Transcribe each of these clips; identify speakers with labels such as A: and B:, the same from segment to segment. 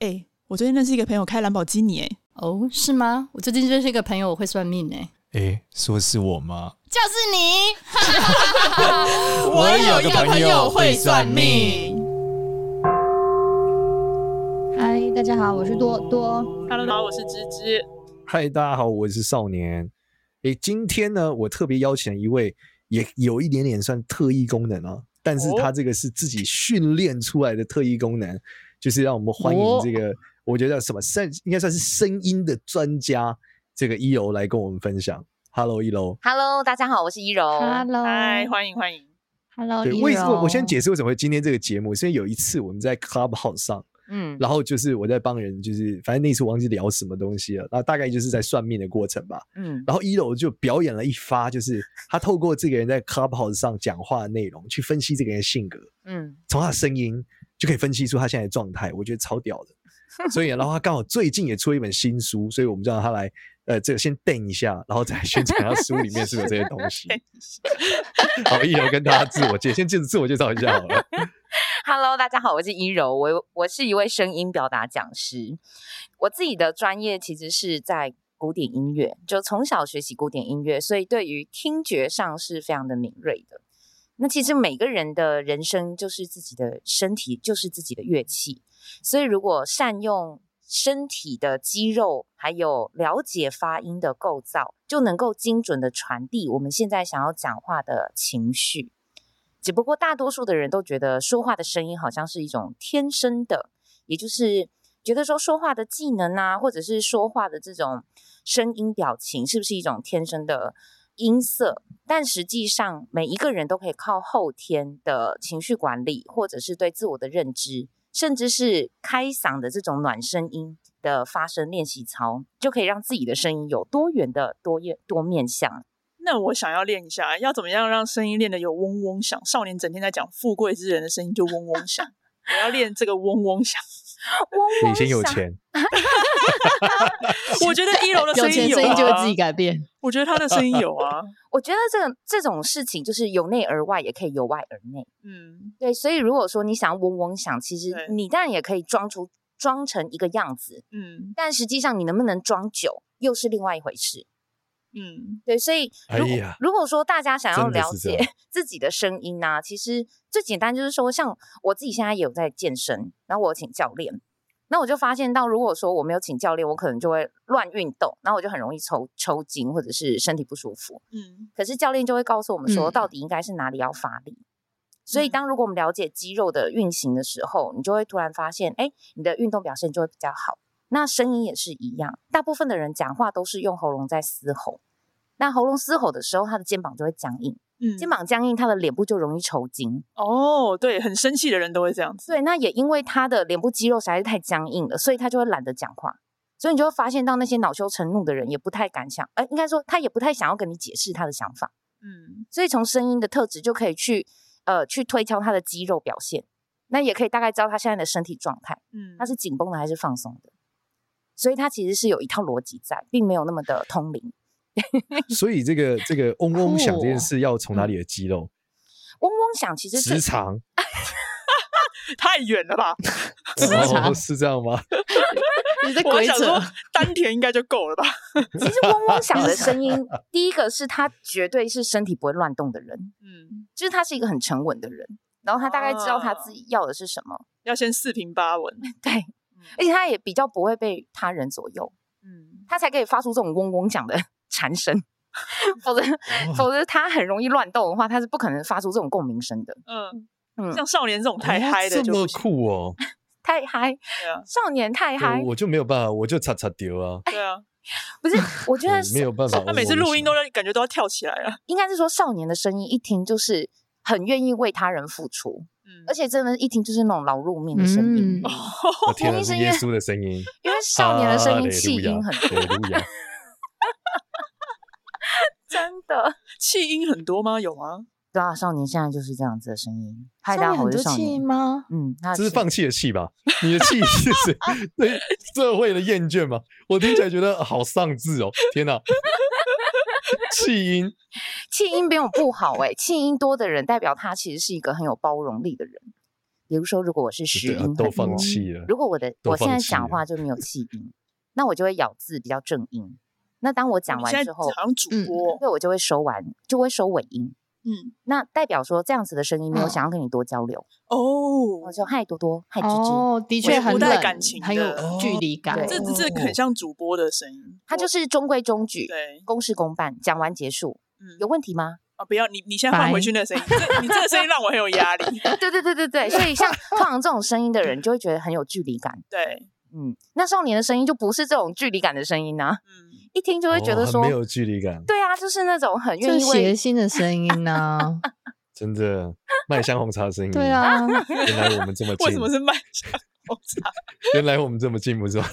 A: 哎、我最近认识一个朋友开兰博基尼、哎，
B: 哦，是吗？我最近认识一个朋友，我会算命哎、
C: 诶，说是我吗？
B: 就是你。
C: 我有个朋友会算命。
D: 嗨，大家好，我是多多。
A: Hello，大家好，我是芝芝。
E: 嗨，大家好，我是少年。诶，今天呢，我特别邀请了一位，也有一点点算特异功能啊，但
C: 哦
E: 是他这个是自己训练出来的特异功能，就是让我们欢迎
B: 哦
E: 这个，我觉得叫什么声，应该算是声音的专家，这个一楼来跟我们分享。Hello，一楼。
F: Hello，大家好，我是一柔。
A: 嗨，
D: Hello，Hello，
A: 欢迎欢迎。
E: 对，为什么我先解释为什么会今天这个节目？是因为有一次我们在 Clubhouse 上，
F: 嗯，
E: 然后就是我在帮人，就是反正那次忘记聊什么东西了，然后大概就是在算命的过程吧。
F: 嗯，
E: 然后一楼就表演了一发，就是他透过这个人在 Clubhouse 上讲话的内容去分析这个人的性格，
F: 嗯，
E: 从他的声音就可以分析出他现在的状态，我觉得超屌 的。所以，啊然后他刚好最近也出了一本新书，所以我们就让他来，呃，这个先瞪一下，然后再宣传他书里面是有这些东西。 好，一楼跟大家自我介，先自自我介绍一下好了。
F: Hello，大家好，我是一柔，我我是一位声音表达讲师。我自己的专业其实是在古典音乐，就从小学习古典音乐，所以对于听觉上是非常的敏锐的。那其实每个人的人生就是自己的身体，就是自己的乐器，所以如果善用身体的肌肉，还有了解发音的构造，就能够精准的传递我们现在想要讲话的情绪。只不过大多数的人都觉得说话的声音好像是一种天生的，也就是觉得说说话的技能啊，或者是说话的这种声音表情，是不是一种天生的音色？但实际上，每一个人都可以靠后天的情绪管理，或者是对自我的认知，甚至是开嗓的这种暖声音的发声练习操，就可以让自己的声音有多元的多面多面向。
A: 那我想要练一下，要怎么样让声音练得有嗡嗡响？少年整天在讲富贵之人的声音就嗡嗡响，我要练这个嗡嗡响。
F: 嗡
E: 你
F: 嗡
E: 先有
F: 响
E: 钱，
A: 我觉得一楼的
B: 有
A: 音
B: 钱
A: 有、啊，
B: 声音就会自己改变。
A: 我觉得他的声音有 啊，
F: 我觉得这个这种事情就是由内而外，也可以由外而内。
A: 嗯，
F: 对，所以如果说你想要嗡嗡响，其实
A: 对
F: 你当然也可以装出装成一个样子，
A: 嗯
F: 但实际上你能不能装久又是另外一回事。
A: 嗯，
F: 对，所以
E: 哎
F: 如果、
E: 呀
F: 如果说大家想要
E: 真的
F: 了
E: 是这
F: 解
E: 样
F: 自己的声音呢、啊其实最简单就是说，像我自己现在也有在健身，然后我有请教练，那我就发现到，如果说我没有请教练，我可能就会乱运动，然后我就很容易抽抽筋或者是身体不舒服。
A: 嗯，
F: 可是教练就会告诉我们说，
B: 嗯
F: 到底应该是哪里要发力。所以，
A: 嗯
F: 当如果我们了解肌肉的运行的时候，你就会突然发现，哎，你的运动表现就会比较好。那声音也是一样，大部分的人讲话都是用喉咙在嘶吼。那喉咙嘶吼的时候，他的肩膀就会僵硬，
A: 嗯，
F: 肩膀僵硬，他的脸部就容易抽筋。
A: 哦，对，很生气的人都会这样子，
F: 对，那也因为他的脸部肌肉实在是太僵硬了，所以他就会懒得讲话。所以你就会发现到那些恼羞成怒的人也不太敢想，呃，应该说他也不太想要跟你解释他的想法。
A: 嗯
F: 所以从声音的特质就可以去呃去推敲他的肌肉表现，那也可以大概知道他现在的身体状态，
A: 嗯，
F: 他是紧绷的还是放松的。所以它其实是有一套逻辑在，并没有那么的通灵。
E: 所以这个这个嗡嗡响这件
B: 酷
E: 事要从哪里的肌 肉？
F: 嗡嗡响其实
E: 直
F: 是
E: 肠，
A: 太远了吧？
B: 直肠
E: 哦是这样 吗？
B: 你在
A: 我
B: 鬼
A: 想
B: 扯
A: 说，丹田应该就够了 吧？
F: 其实嗡嗡响的声音，第一个是他绝对是身体不会乱动的人，
A: 嗯，
F: 就是他是一个很沉稳的人，然后他大概知道他自己要的是什么，
A: 要先四平八稳，
F: 对，而且他也比较不会被他人左右，
A: 嗯，
F: 他才可以发出这种嗡嗡响的 蝉声，否则
E: 哦
F: 否则他很容易乱动的话，他是不可能发出这种共鸣声的。
A: 嗯，
F: 嗯，
A: 像少年这种
B: 哎
A: 太
E: 哦
A: 嗨的
E: 这
A: 就
E: 么
A: 不行，
E: 酷哦！
F: 太嗨，
A: 对啊，
F: 少年太嗨
E: 对，我就没有办法，我就擦擦丢啊，
A: 对啊，
F: 不是，我觉得
E: 对嗯没有办法。
A: 他每次录音都让感觉都要跳起来了，
F: 应该是说少年的声音一听就是很愿意为他人付出，
A: 嗯，
F: 而且真的，一听就是那种老入面的声音
B: 嗯。
E: 我天 哪，
F: 录音
E: 是
F: 是
E: 耶
F: 因为
E: 稣的声音，
F: 因为少年的声
E: 哈
F: 音气音很多，
E: 啊雷路亚，
F: 真的。
A: 气音很多吗？有吗？
F: 对啊，少年现在就是这样子的声音。嗨，大
B: 上
F: 家
B: 面
F: 好，
B: 很
F: 我是
B: 多
F: 少
B: 气
F: 年。
B: 吗？
F: 嗯，他的
E: 这是
F: 气
E: 放弃的气吧？ 你的气是谁 对社会的厌倦吗？我听起来觉得好丧志哦！天哪，气音
F: 气音没有不好哎、气音多的人代表他其实是一个很有包容力的人。比如说，如果我是实
E: 对啊
F: 音
E: 都
F: 很
E: 放
F: 多
E: 弃了。
F: 如果我的
E: 都
F: 我现
E: 放
F: 在
E: 弃
F: 讲
E: 了
F: 话就没有气音，那我就会咬字比较正音。那当我讲
A: 你
F: 完
A: 现
F: 之
A: 在
F: 后，
A: 好像主
B: 嗯
A: 播哦，
F: 对我就会收完，就会收尾音。
A: 嗯，
F: 那代表说这样子的声音没有想要跟你多交流，我
A: 哦，
F: 就嗨多多，嗨芝芝，
B: 哦，的
A: 我
B: 确
A: 也不
B: 很
A: 带
B: 冷
A: 感情
B: 很
A: 的
B: 有距离感。
F: 对
A: 这
F: 哦
A: 这很像主播的声音，
F: 它就
A: 我
F: 是中规中矩，
A: 对，
F: 公事公办，讲完结束，
A: 嗯
F: 有问题吗？
A: 啊，不要你你现在换回
B: 白
A: 去那个声音，这你这个声音让我很有压力，
F: 对对对对对，所以像通常这种声音的人就会觉得很有距离感。
A: 对，
F: 嗯，那少年的声音就不是这种距离感的声音呐、啊
A: 嗯，
F: 一听就会觉
E: 哦
F: 得
E: 很
F: 说，
E: 没有距离感，
F: 对啊，就是那种很愿
B: 就
F: 意为
B: 谐星的声音啊呢？
E: 真的卖香红茶的声音。
B: 对，啊，
E: 原来我们这么近，
A: 为什么是麦香红茶？
E: 原来我们这么近，不是吗？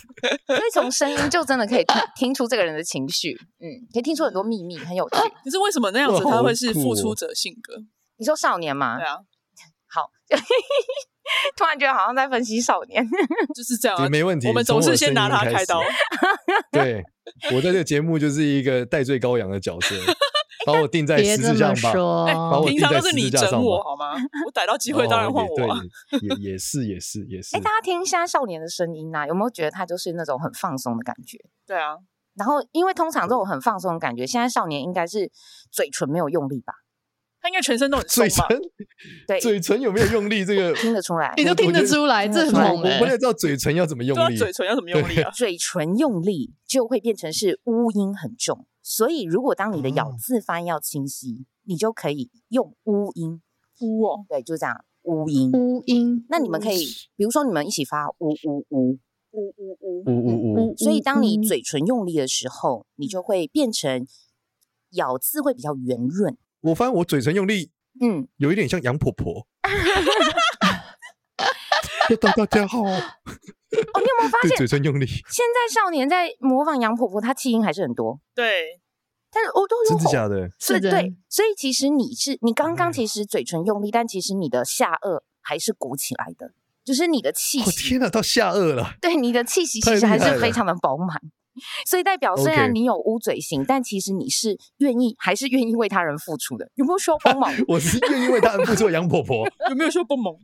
F: 所以从声音就真的可以听听出这个人的情绪，嗯，可以听出很多秘密，很有趣。
A: 可是为什么那样子
E: 哇
A: 他
E: 好
A: 会是
E: 酷
A: 付
E: 哦
A: 出者性格？
F: 你说少年嘛
A: 对，啊，
F: 好， 突然觉得好像在分析少年，
A: 就是这样啊
E: 对，。没问题。
A: 我们总
E: 从
A: 是
E: 的
A: 先
E: 声
A: 拿
E: 音
A: 他
E: 开
A: 开
E: 始
A: 刀，
E: 对我在这个节目就是一个戴罪羔羊的角色，把我定在
B: 别
E: 十
B: 这
E: 字
B: 么
E: 架吧。哎把
B: 说
E: 我。
A: 平
E: 钉
A: 常
E: 在
A: 都是
E: 十
A: 你
E: 字架
A: 整
E: 上
A: 我
E: 吧
A: 好吗？我逮到机会
E: 哦
A: 当然换我啊。
E: 也对，也也是也是也是
F: 哎，。大家听一下少年的声音啊，有没有觉得他就是那种很放松的感觉？
A: 对啊，
F: 然后，因为通常这种很放松的感觉，现在少年应该是嘴唇没有用力吧？
A: 他应该全身都很松
E: 嘴
A: 吧？
E: 唇，
F: 对
E: 嘴唇有没有用力？这个
F: 听得出来，
B: 哎你都听得出来，
F: 我
B: 这
F: 觉得
B: 很
E: 我
B: 猛
E: 我
B: 哎
E: 不！太知道嘴唇要怎么用
A: 对啊，
E: 力。
A: 嘴唇要怎么用力啊？
F: 嘴唇用力就会变成是呜音很重。所以，如果当你的咬
E: 哦
F: 字发音要清晰，你就可以用呜音，
A: 哭哦，
F: 对，就这样呜音。
D: 乌音，
F: 那你们可以，比如说你们一起发呜呜呜，
D: 嗯
A: 呜呜呜，
E: 呜呜呜，
F: 所以当你
D: 嗯嗯嗯
F: 嘴唇用力的时候，你就会变成咬字会比较圆润。
E: 我发现我嘴唇用力
F: 嗯，
E: 有一点像杨婆婆。要到大家好，
F: 哦，你有没有发
E: 对
F: 现
E: 嘴唇用力，
F: 现在少年在模仿杨婆婆，她气音还是很多，
A: 对，
F: 但是哦，都有
E: 真的嗯假的？
B: 是的
F: 对，所以其实你是你刚刚其实嘴唇用力，但其实你的下颚还是鼓起来的，就是你的气
E: 我
F: 息，
E: 天哪，到下颚了！
F: 对你的气息
E: 太
F: 其实还
E: 厉害
F: 是非
E: 了
F: 常的饱满。所以代表虽然
E: OK
F: 你有捂嘴型但其实你是愿意还是愿意为他人付出的，有没有需要帮忙？
E: 我是愿意为他们付出的杨婆婆。
A: 有没有说不萌？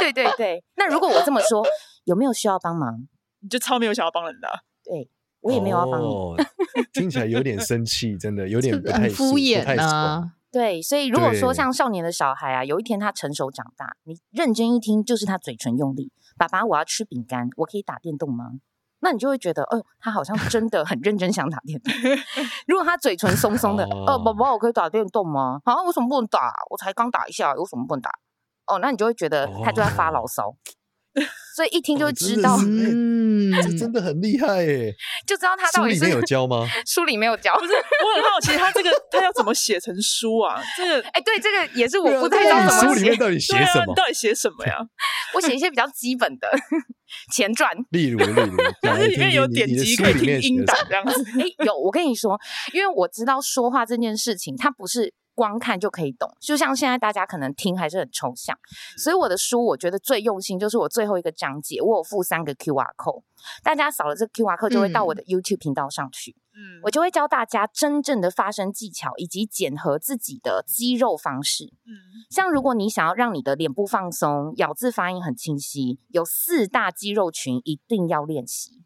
F: 对对对。那如果我这么说，有没有需要帮忙？
A: 你就超没有想要帮人的啊，
F: 我也没有要帮你。
E: 哦，听起来有点生气，真的有点不
B: 这
E: 太
B: 很敷
E: 舒
B: 衍啊
E: 不太爽。
B: 呐。
F: 对，所以如果说
E: 对
F: 像少年的小孩啊，有一天他成熟长大，你认真一听，就是他嘴唇用力。爸爸，我要吃饼干，我可以打电动吗？那你就会觉得，哦、他好像真的很认真想打电动。 如果他嘴唇松松的，哦、
E: 哦
F: 宝宝，我可以打电动吗？啊，为什么不能打？我才刚打一下，有什么不能打？哦，那你就会觉得他就在发牢骚。 所以一听就
E: 哦
F: 会
E: 真
F: 知
E: 的
F: 道，
E: 是哎
B: 嗯，
E: 这真的很厉害耶！
F: 就知道他到
E: 书里
F: 底是
E: 面有教吗？
F: 书里没有教。
A: 我很好奇他这个 他要怎么写成书啊？这个
F: 哎，对，这个也是我
E: 对啊
F: 不
E: 这
F: 太知道
E: 本
F: 怎么
E: 书里
F: 写
E: 面。到底写
A: 对
E: 什
A: 啊，
E: 么
A: 你？到底写什么呀？
F: 我写一些比较基本的 前传。
E: 例如，例如，
A: 可
E: 讲来
A: 是里
E: 听
A: 面
E: 听
A: 有
E: 你
A: 典
E: 你的
A: 籍
E: 书
A: 可以
E: 里
A: 听
E: 面
A: 音
E: 写的
A: 档
E: 什么
A: 这样 子，
F: 哎，有，我跟你说，因为我知道说话这件事情，它不是光看就可以懂。就像现在大家可能听还是很抽象，所以我的书我觉得最用心就是我最后一个章节，我有附三个 Q R code，大家扫了这个 Q R code 就会到我的 YouTube 频道上去，
A: 嗯
F: 我就会教大家真正的发声技巧以及检核自己的肌肉方式。
A: 嗯
F: 像如果你想要让你的脸部放松，咬字发音很清晰，有四大肌肉群一定要练习。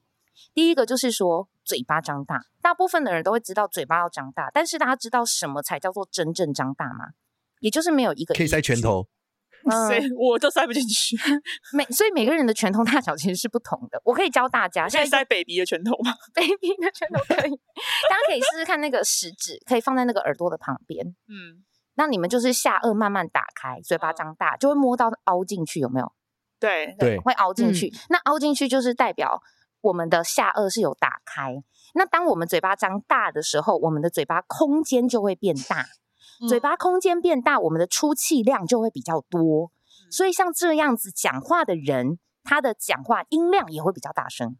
F: 第一个就是说嘴巴张大，大部分的人都会知道嘴巴要张大，但是大家知道什么才叫做真正张大吗？也就是没有一个
E: 可以塞
F: 依据
E: 拳，头，
F: 嗯
A: 谁我都塞不进 去，
F: 每所以每个人的拳头大小其实是不同的。我可以教大家，
A: 现
F: 现
A: 在
F: 在
A: 塞 baby 的拳头嘛，
F: baby 的拳头可以， 大家可以试试看那个食指，可以放在那个耳朵的旁边。
A: 嗯，
F: 那你们就是下颚慢慢打开，嘴巴
A: 嗯
F: 张大，就会摸到凹进去，有没有？
A: 对，
E: 对，
F: 会凹进去。那凹进去就是代表我们的下颚是有打开。那当我们嘴巴张大的时候，我们的嘴巴空间就会变大，嘴巴空间变大，我们的出气量就会比较多。所以像这样子讲话的人，他的讲话音量也会比较大声。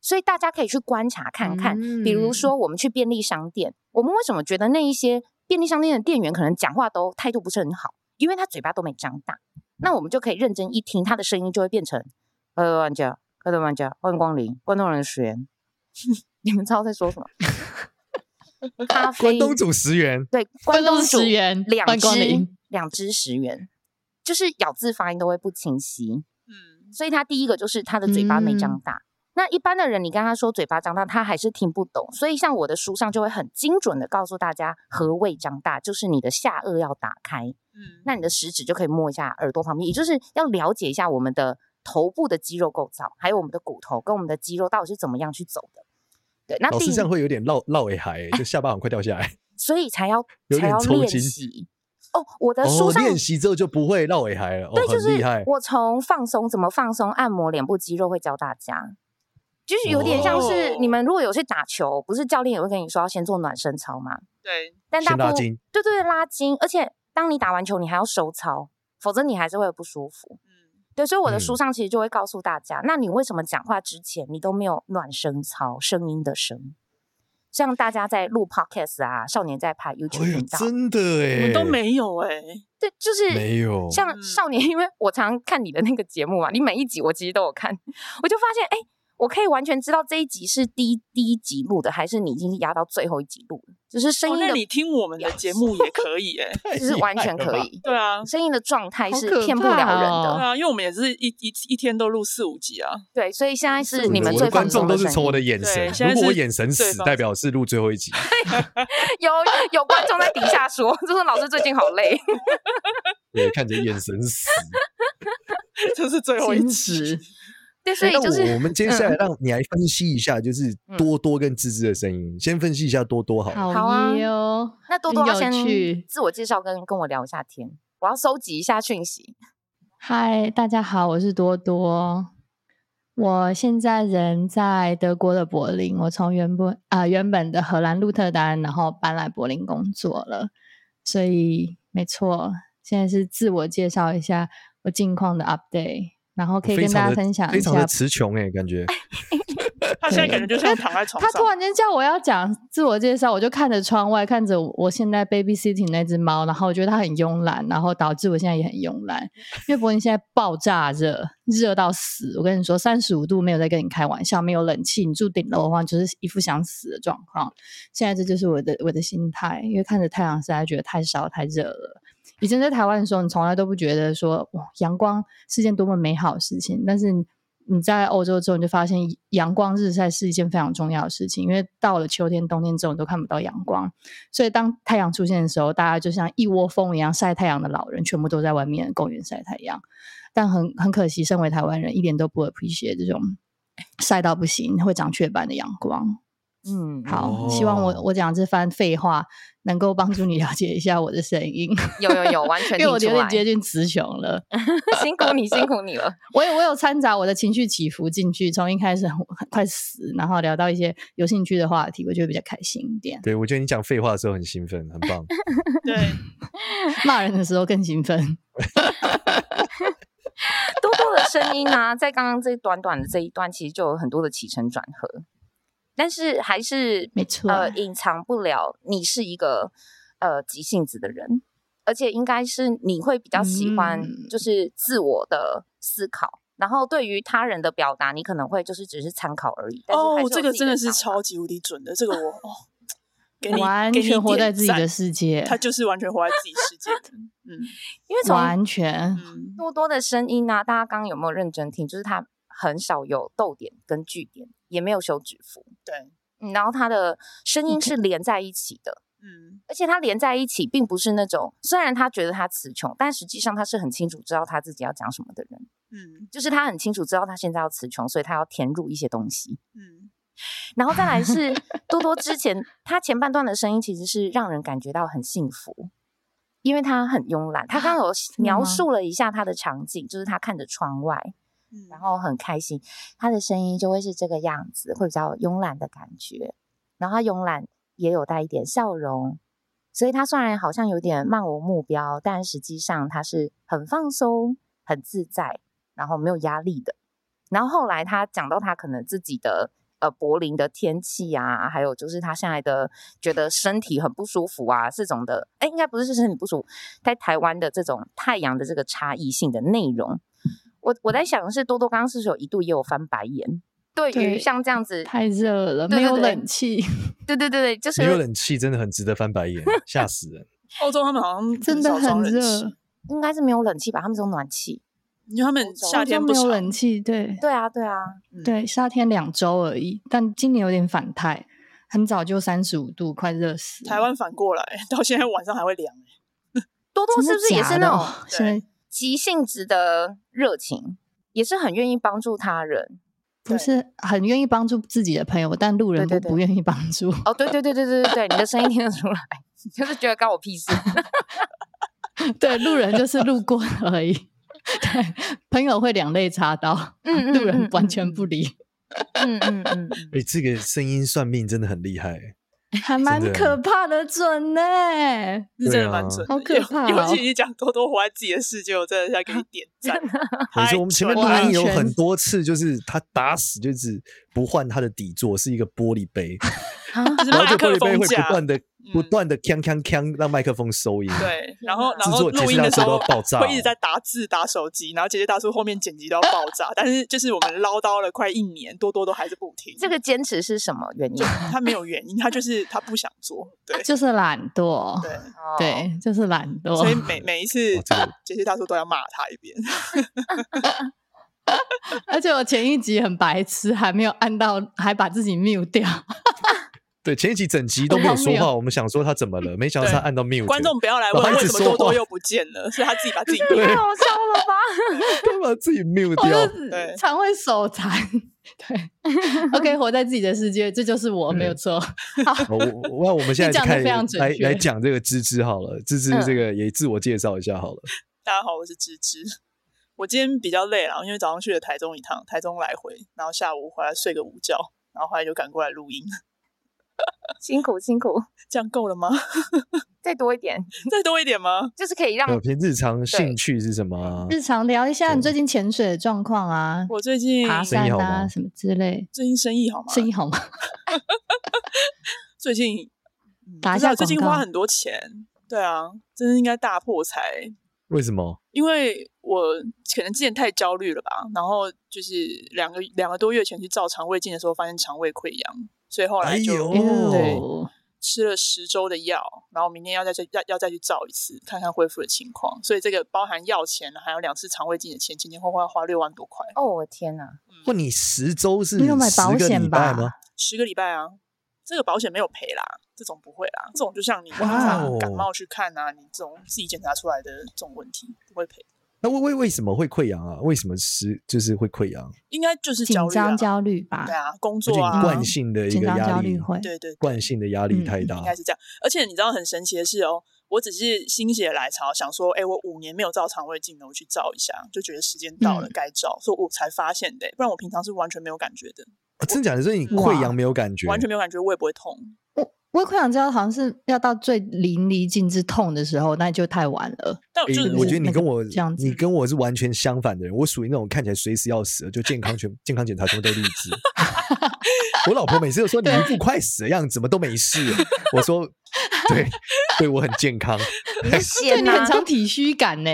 F: 所以大家可以去观察看看，比如
E: 嗯
F: 说我们去便利商店，我们为什么觉得那一些便利商店的店员可能讲话都态度不是很好，因为他嘴巴都没张大。那我们就可以认真一听，他的声音就会变成“呃，玩家，快乐玩家，欢迎光临，关东人十元”。 你们知道在说什么？ 咖啡
E: 关东煮十元，
F: 对，
B: 关
F: 关东
B: 东
F: 煮
B: 十元，
F: 两
B: 欢迎光
F: 只
B: 临，
F: 两只十元，就是咬字发音都会不清晰。
A: 嗯，
F: 所以他第一个就是他的嘴巴没
E: 嗯
F: 张大。那一般的人，你跟他说嘴巴张大，他还是听不懂。所以像我的书上就会很精准的告诉大家，何谓张大，就是你的下颚要打开，
A: 嗯，
F: 那你的食指就可以摸一下耳朵旁边，也就是要了解一下我们的头部的肌肉构造，还有我们的骨头跟我们的肌肉到底是怎么样去走的。对，那
E: 老
F: 第
E: 师
F: 一
E: 这样会有点落落尾海欸，就下巴很快掉下来。
F: 所以才要
E: 有
F: 才
E: 点
F: 要
E: 抽
F: 练
E: 筋
F: 习。哦，我的书
E: 哦，
F: 上
E: 练习之后就不会落尾海了，哦
F: 对，，就
E: 很
F: 是
E: 厉害。
F: 我从放松怎么放松、按摩脸部肌肉会教大家，就是有点像是
A: 哦
F: 你们如果有去打球，不是教练也会跟你说要先做暖身操吗？
A: 对，
F: 但大
E: 先拉
F: 部
E: 筋，
F: 对对对拉筋，而且当你打完球，你还要收操，否则你还是会不舒服。
A: 嗯，
F: 对，所以我的
E: 嗯
F: 书上其实就会告诉大家，那你为什么讲话之前你都没有暖身操，声音的声？像大家在录 podcast 啊，少年在拍 YouTube
E: 哎呦
F: 频，道，
E: 真的
A: 我
E: 哎，
A: 们都没有哎，
F: 对，就是
E: 没有
F: 像
A: 嗯
F: 少年，因为我常看你的那个节目嘛，你每一集我其实都有看，我就发现，哎、我可以完全知道这一集是第一第一集录的，还是你已经压到最后一集录了，就是声
A: 哦，
F: 音
A: 那
F: 的，
A: 你听我们的节目也可以哎，
E: 太
F: 就是
E: 厉
F: 完
E: 害
F: 全
E: 了
F: 可
E: 吧。
F: 以，
A: 对啊，
F: 声音的状态
B: 好
F: 是
B: 可
F: 骗不了人
B: 怕
F: 的，
B: 哦
A: 对啊，因为我们也是一一一天都录四五集啊，
F: 对，所以现在
B: 是
F: 是你
E: 嗯我
F: 们
E: 的
F: 最
E: 观
F: 放
E: 众
F: 松
E: 都
F: 的
E: 是
F: 声
E: 从我的
F: 音，
E: 眼神
A: 对，现在
E: 如果我
A: 是
E: 眼神
A: 最
E: 死，
A: 放
E: 代表是录最后 一集。
F: 有有观众在底下说， 就说老师最近好累，
E: 对，看着眼神死。
A: 这是最后一
B: 坚
A: 集
B: 持。
F: 对， 所以
E: 哎那
F: 就
E: 我
F: 是
E: 我们接下来让你来分析一下，就是
F: 嗯
E: 多多跟芝芝的声音。先分析一下多多好了。
F: 好啊
B: 耶哦，
F: 那多多
B: 很
F: 要
B: 有
F: 先
B: 趣
F: 自我介绍跟跟我聊一下天，我要收集一下讯息，
B: 嗨，大家好，我是多多。我现在人在德国的柏林，我从原本啊、原本的荷兰鹿特丹，然后搬来柏林工作了，所以没错，现在是自我介绍一下我近况的 update，然后可以
E: 非
B: 跟大
E: 常
B: 家
E: 的
B: 分享
E: 非
B: 一
E: 常的
B: 下。
E: 词穷哎，感 觉
A: 他现在感觉就像躺在床
B: 他
A: 上，
B: 突然间叫我要讲自我介绍，我就看着窗外，看着我现在 babysitting 那只猫，然后我觉得它很慵懒，然后导致我现在也很慵懒。因为柏林现在爆炸热，热到死。我跟你说，三十五度没有在跟你开玩笑，没有冷气，你住顶楼的话就是一副想死的状况。现在这就是我的我的心态，因为看着太阳实在觉得太烧太热了。以前在台湾的时候，你从来都不觉得说哇，阳光是件多么美好的事情，但是你你在欧洲之后，你就发现阳光日晒是一件非常重要的事情，因为到了秋天、冬天之后，你都看不到阳光，所以当太阳出现的时候，大家就像一窝蜂一样晒太阳的老人，全部都在外面公园晒太阳。但很很可惜，身为台湾人，一点都不 appreciate 这种晒到不行、会长雀斑的阳光。
F: 嗯，
B: 好，希望
E: 哦
B: 我我讲这番废话能够帮助你了解一下我的声音，
F: 有有有，完全
B: 因为我
F: 听
B: 有
F: 出
B: 点
F: 来
B: 接近雌雄了。
F: 辛苦你，辛苦你了。
B: 我有我有掺杂我的情绪起伏进去，从一开始很很快死，然后聊到一些有兴趣的话题，我就会比较开心一点。
E: 对我觉得你讲废话的时候很兴奋，很 棒。
A: 对，
B: 骂人的时候更兴奋。
F: 多多的声音啊，在刚刚这短短的这一段，其实就有很多的起承转合，但是还是
B: 没错
A: 啊
F: 呃，隐藏不了你是一个呃急性子的人，而且应该是你会比较喜欢
B: 嗯
F: 就是自我的思考，然后对于他人的表达，你可能会就是只是参考而已。但是还是
A: 哦
F: 有，
A: 这个
F: 自己
A: 真
F: 的
A: 的是
F: 想法
A: 超级无敌准的，这个 我哦，给你
B: 完
A: 给你
B: 全活
A: 点
B: 在自己的
A: 赞
B: 世界
A: 他就是完全活在自己世界 的，嗯
F: 因为 从
B: 完全
A: 嗯，
F: 多多的声音啊，大家刚刚有没有认真听？就是他很少有逗点跟句点，也没有休止符。
A: 对，
F: 嗯，然后它的
B: 嗯
F: 声音是连在一起的，
A: 嗯
F: 而且它连在一起，并不是那种虽然他觉得他词穷，但实际上他是很清楚知道他自己要讲什么的人，
A: 嗯
F: 就是他很清楚知道他现在要词穷，所以他要填入一些东西。
A: 嗯，
F: 然后再来是 多多之前，他前半段的声音其实是让人感觉到很幸福，因为他很慵懒。他刚刚
B: 啊的
F: 有
B: 吗
F: 描述了一下他的场景，就是他看着窗外，
A: 嗯
F: 然后很开心，他的声音就会是这个样子，会比较慵懒的感觉。然后他慵懒也有带一点笑容，所以他虽然好像有点漫无目标，但实际上他是很放松、很自在，然后没有压力的。然后后来他讲到他可能自己的呃柏林的天气啊，还有就是他现在的觉得身体很不舒服啊这种的，哎，应该不是身体不舒服，在台湾的这种太阳的这个差异性的内容，我我在想的是多多刚刚是不是有一度也有翻白眼，对于
B: 对
F: 像这样子
B: 太热了，
F: 对
B: 没有
F: 对对
B: 冷气，
F: 对对对对，就是
E: 没有冷气真的很值得翻白眼，吓死人。
A: 欧洲他们好像
B: 真的
A: 少装
B: 很
A: 人
B: 热
A: 气
F: 应该是没有冷气吧？他们是用暖气。
A: 因为他们
F: 洲
A: 夏
B: 就
A: 天不
B: 没有
A: 长，
B: 冷气，对
F: 对啊，对啊，
B: 对，夏天两周而已，但今年有点反态，很早就三十五度，快热死了。
A: 台湾反过来，到现在晚上还会凉。欸
F: 多多
B: 真的
F: 是不是也
B: 假
F: 是
B: 的
F: 那种
B: 哦现在
F: 急性子的热情，也是很愿意帮助他人？
B: 不是很愿意帮助自己的朋友，但路人
F: 对
B: 不
F: 对对
B: 不愿意帮助。
F: 哦，对对对对对对对，你的声音听得出来，就是觉得关我屁事。
B: 对，路人就是路过而已。对，朋友会两肋插刀，
F: 嗯
B: 路人完全不理，
F: 嗯嗯嗯，
E: 哎、这个声音算命真的很厉害、
B: 嗯还蛮
E: 真的
B: 可怕的准呢、
A: 是真
E: 对
A: 的蛮
E: 啊
A: 准的，
B: 好可
A: 尤
B: 怕
A: 尤
B: 哦
A: 其你讲多多活在自己的世界，我真的要给你点 赞。
E: 你
A: 太
E: 说我们前面
A: 准
E: 录
A: 了
E: 音有
B: 完全
E: 很多次，就是他打死就是不换他的底座，是一个玻璃杯，
A: 就是
E: 然后
A: 麦
E: 这
A: 克
E: 个玻璃杯
A: 风
E: 会
A: 架
E: 不，断的、不
A: 嗯
E: 断的锵锵锵让麦克风收音。
A: 对，然后然
E: 制
A: 后
E: 作解
A: 录
E: 释
A: 音
E: 大
A: 的时
E: 叔
A: 候
E: 都爆炸
A: 会一直
E: 哦
A: 在打字打手机，然后姐姐大叔后面剪辑都要爆炸，但是就是我们唠叨了快一年，多多都还是不听。
F: 这个坚持是什么原因？
A: 他没有原因，他就是他不想做，对
B: 就是懒惰，
A: 对，
F: 哦，
B: 对，就是懒
A: 所以
B: 惰。
A: 每每一次
E: 哦这个
A: 姐姐大叔都要骂他一遍，
B: 而且我前一集很白痴，还没有按到，还把自己 mute 掉。
E: 对，前一集整集都没有说
B: 荒
E: 话，
B: 谬
E: 我们想说他怎么了，没想到他按到 mute。
A: 观众不要来
E: 然后
A: 问
E: 一
A: 为
E: 直
A: 什么
E: 说
A: 多多
E: 话
A: 又不见了，是他自己把自己
E: 对
F: 太好笑了吧？
E: 他把自己 mute
B: 我
E: 掉，
A: 对
B: 就常会手残。 对，OK，活在自己的世界，这就是我，
A: 嗯
B: 没有错。
E: 好我我那我们现在
B: 你讲得
E: 就开始
B: 非常准
E: 来
B: 确
E: 来讲这个芝芝好了，芝芝
F: 嗯
E: 这个也自我介绍一下好了。
A: 大家好，我是芝芝。我今天比较累了，因为早上去了台中一趟，台中来回，然后下午回来睡个午觉，然后后来就赶过来录音，
F: 辛苦辛苦，
A: 这样够了吗？
F: 再多一点，
A: 再多一点吗？
F: 就是可以让
E: 我平日常兴趣是什么啊？
B: 日常聊一下你最近潜水的状况啊，
A: 我最近
B: 爬
E: 生意
B: 山
E: 好
B: 啊
E: 吗
B: 什么之类，
A: 最近生意好吗？
B: 生意好吗？
A: 最近嗯
B: 打
A: 不
B: 一
A: 知道
B: 下
A: 最近
B: 广告
A: 花很多钱，对啊，真的应该大破财，
E: 为什么？
A: 因为我可能之前太焦虑了吧，然后就是两个两个多月前去照肠胃镜的时候，发现肠胃溃疡，所以后来就、
E: 哎呦
A: 对
B: 哦
A: 吃了十周的药，然后明天要再去要要再去照一次，看看恢复的情况。所以这个包含药钱，还有两次肠胃镜的钱，前前后后要花六万多块，
F: 哦，我天 哪！
E: 问你十周是
B: 没有买
E: 十
B: 保
E: 个
B: 险
E: 礼拜
B: 吧
E: 吗？
A: 十个礼拜啊。这个保险没有赔啦，这种不会啦，这种就像你平
E: 哇
A: 常
E: 哦
A: 感冒去看啊，你这种自己检查出来的这种问题不会赔，
E: 那为为为什么会溃疡啊？为什么十就是会溃疡？
A: 应该就是
B: 紧
A: 焦虑啊，
B: 张焦虑吧
A: 对，啊，工
E: 而且
A: 作啊，
E: 你惯性的一
B: 紧
E: 个
B: 张
E: 压
B: 焦
E: 力
B: 虑，会。嗯
A: 对对对
E: 惯性的压力太大
A: 应。该是这样。而且你知道很神奇的是哦，我只是心血来潮想说，哎，我五年没有照肠胃镜了，我去照一下，就觉得时间到了、
B: 嗯
A: 该照，所以我才发现的。不然我平常是完全没有感觉的，
E: 啊真的假的？所以你溃疡没有感觉？
A: 完全没有感觉，我也不会痛。
B: 我我溃疡知道好像是要到最淋漓尽致痛的时候，那就太晚了。
A: 但我
E: 诶
A: 就是、
E: 我觉得你
B: 那个
E: 跟我
B: 这样子
E: 你跟我是完全相反的人。我属于那种看起来随时要死了，就健康全健康检查全部都 励志。我老婆每次都说你一副快死的样子，怎么都没事。我 说对，对我很健康，
F: 你 是
B: 对
F: 仙
B: 你很
F: 呐，
B: 常体虚感呢，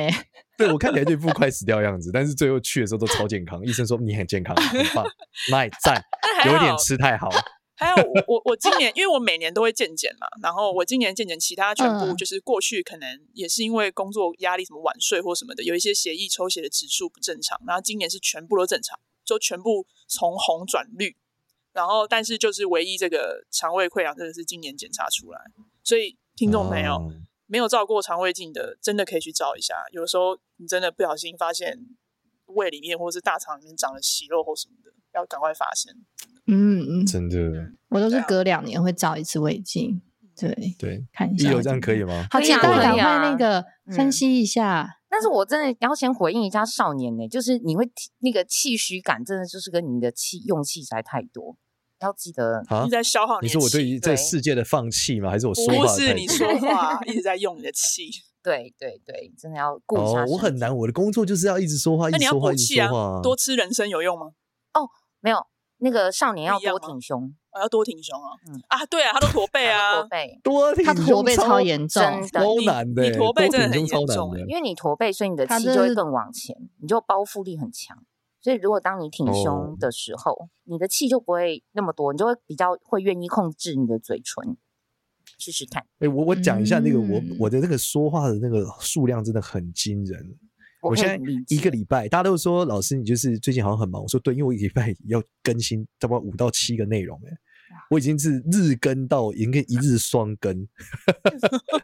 E: 对我看起来就一副快死掉的样子，但是最后去的时候都超健康。医生说你很健康，很 棒，那也赞，
A: 但还好
E: 有点吃太好。
A: 还有我我我今年，因为我每年都会健检嘛，然后我今年健检，其他全部
B: 嗯
A: 就是过去可能也是因为工作压力、什么晚睡或什么的，有一些血液抽血的指数不正常，然后今年是全部都正常，就全部从红转绿，然后但是就是唯一这个肠胃溃疡，这个是今年检查出来，所以听众朋友、
E: 哦
A: 没有照过肠胃镜的，真的可以去照一下，有时候你真的不小心发现胃里面或是大肠里面长了息肉或什么的，要赶快发现。
B: 嗯，嗯，
E: 真的
B: 我都是隔两年会照一次胃镜，对，
E: 对，
B: 看一
E: 一
B: 下。
E: 楼这样可以？吗？
B: 好
F: 可以
B: 期
F: 啊
B: 待，
E: 可以
B: 赶快
F: 啊
B: 那个
F: 嗯
B: 分析一下。
F: 但是我真的要先回应一下少年呢、就是你会提那个气虚感，真的就是跟你的气用气实在太多，要记 得
E: 啊
A: 一直，在消耗
E: 你
A: 你的
E: 说我对
A: 气
E: 于这
F: 对
E: 世界的放弃吗？还是我说
A: 不
E: 话的
A: 是
E: 态
A: 你
E: 度
A: 说 话一直在用你的气，
F: 对对对，真的要顾一下、
E: 哦，我很难，。我的工作就是要一直说话，一
A: 那你
E: 直
A: 要
E: 说话，
A: 补
E: 一直
A: 气
E: 说
A: 啊
E: 话啊，
A: 多吃人参有用吗？
F: 没有那个少年要
A: 不一样
F: 多
A: 吗
F: 挺胸，
A: 啊、要多挺胸啊！
F: 嗯
A: 啊，对啊，他都驼背
F: 驼
A: 啊，
F: 背，
E: 多挺
B: 他驼背
E: 胸
B: 超严重，
F: 真的
E: 超
A: 你
E: 难的
A: 你
E: 欸，
A: 驼背
E: 多
A: 真的
E: 挺
A: 很
E: 胸
A: 严
E: 超
A: 重
E: 难的
A: 欸
F: 因为你驼背，所以你的
B: 他
F: 气
B: 真
F: 就会
B: 是
F: 更往前，你就包覆力很强。所以如果当你挺
E: 哦
F: 胸的时候，你的气就不会那么多，你就会比较会愿意控制你的嘴唇。试试看。
E: 哎、我我讲一下那个我
B: 嗯
E: 我的那个说话的那个数量真的很惊人。我
F: 可以
E: 现在
F: 理
E: 一
F: 解
E: 个礼拜，大家都说老师你就是最近好像很忙。我说对，因为我一个礼拜 要更新差不多五到七个内容、欸，我已经是日更到应该一日双更，，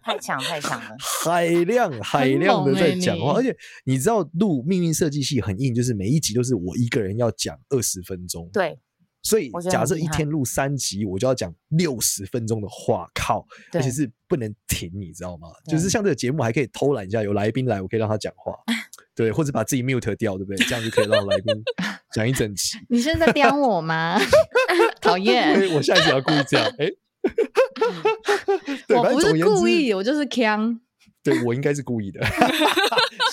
F: 太强太强了
E: 海量海量的
B: 猛
E: 在
B: 欸
E: 讲话，
B: 你
E: 而且你知道录命运设计系很硬，就是每一集都是我一个人要讲二十分钟，
F: 对
E: 所以
F: 我觉得
E: 假
F: 很
E: 设
F: 厉
E: 一
F: 害
E: 天录三集，我就要讲六十分钟的话，靠，而
F: 对
E: 且是不能停，你知道吗？就
F: 对
E: 是像这个节目还可以偷懒一下，有来宾来，我可以让他讲 话，对，或者把自己 mute 掉，对不对？这样就可以让来宾讲一整集。
B: 你现在在刁我吗？ 讨厌，
E: 哎，我下一集要故意这样，哎， 对，
F: 嗯
B: 我
E: 反正
B: 不
E: 总而
B: 是
E: 言
B: 故
E: 之
B: 意，我就是强。
E: 对我应该是故 意的，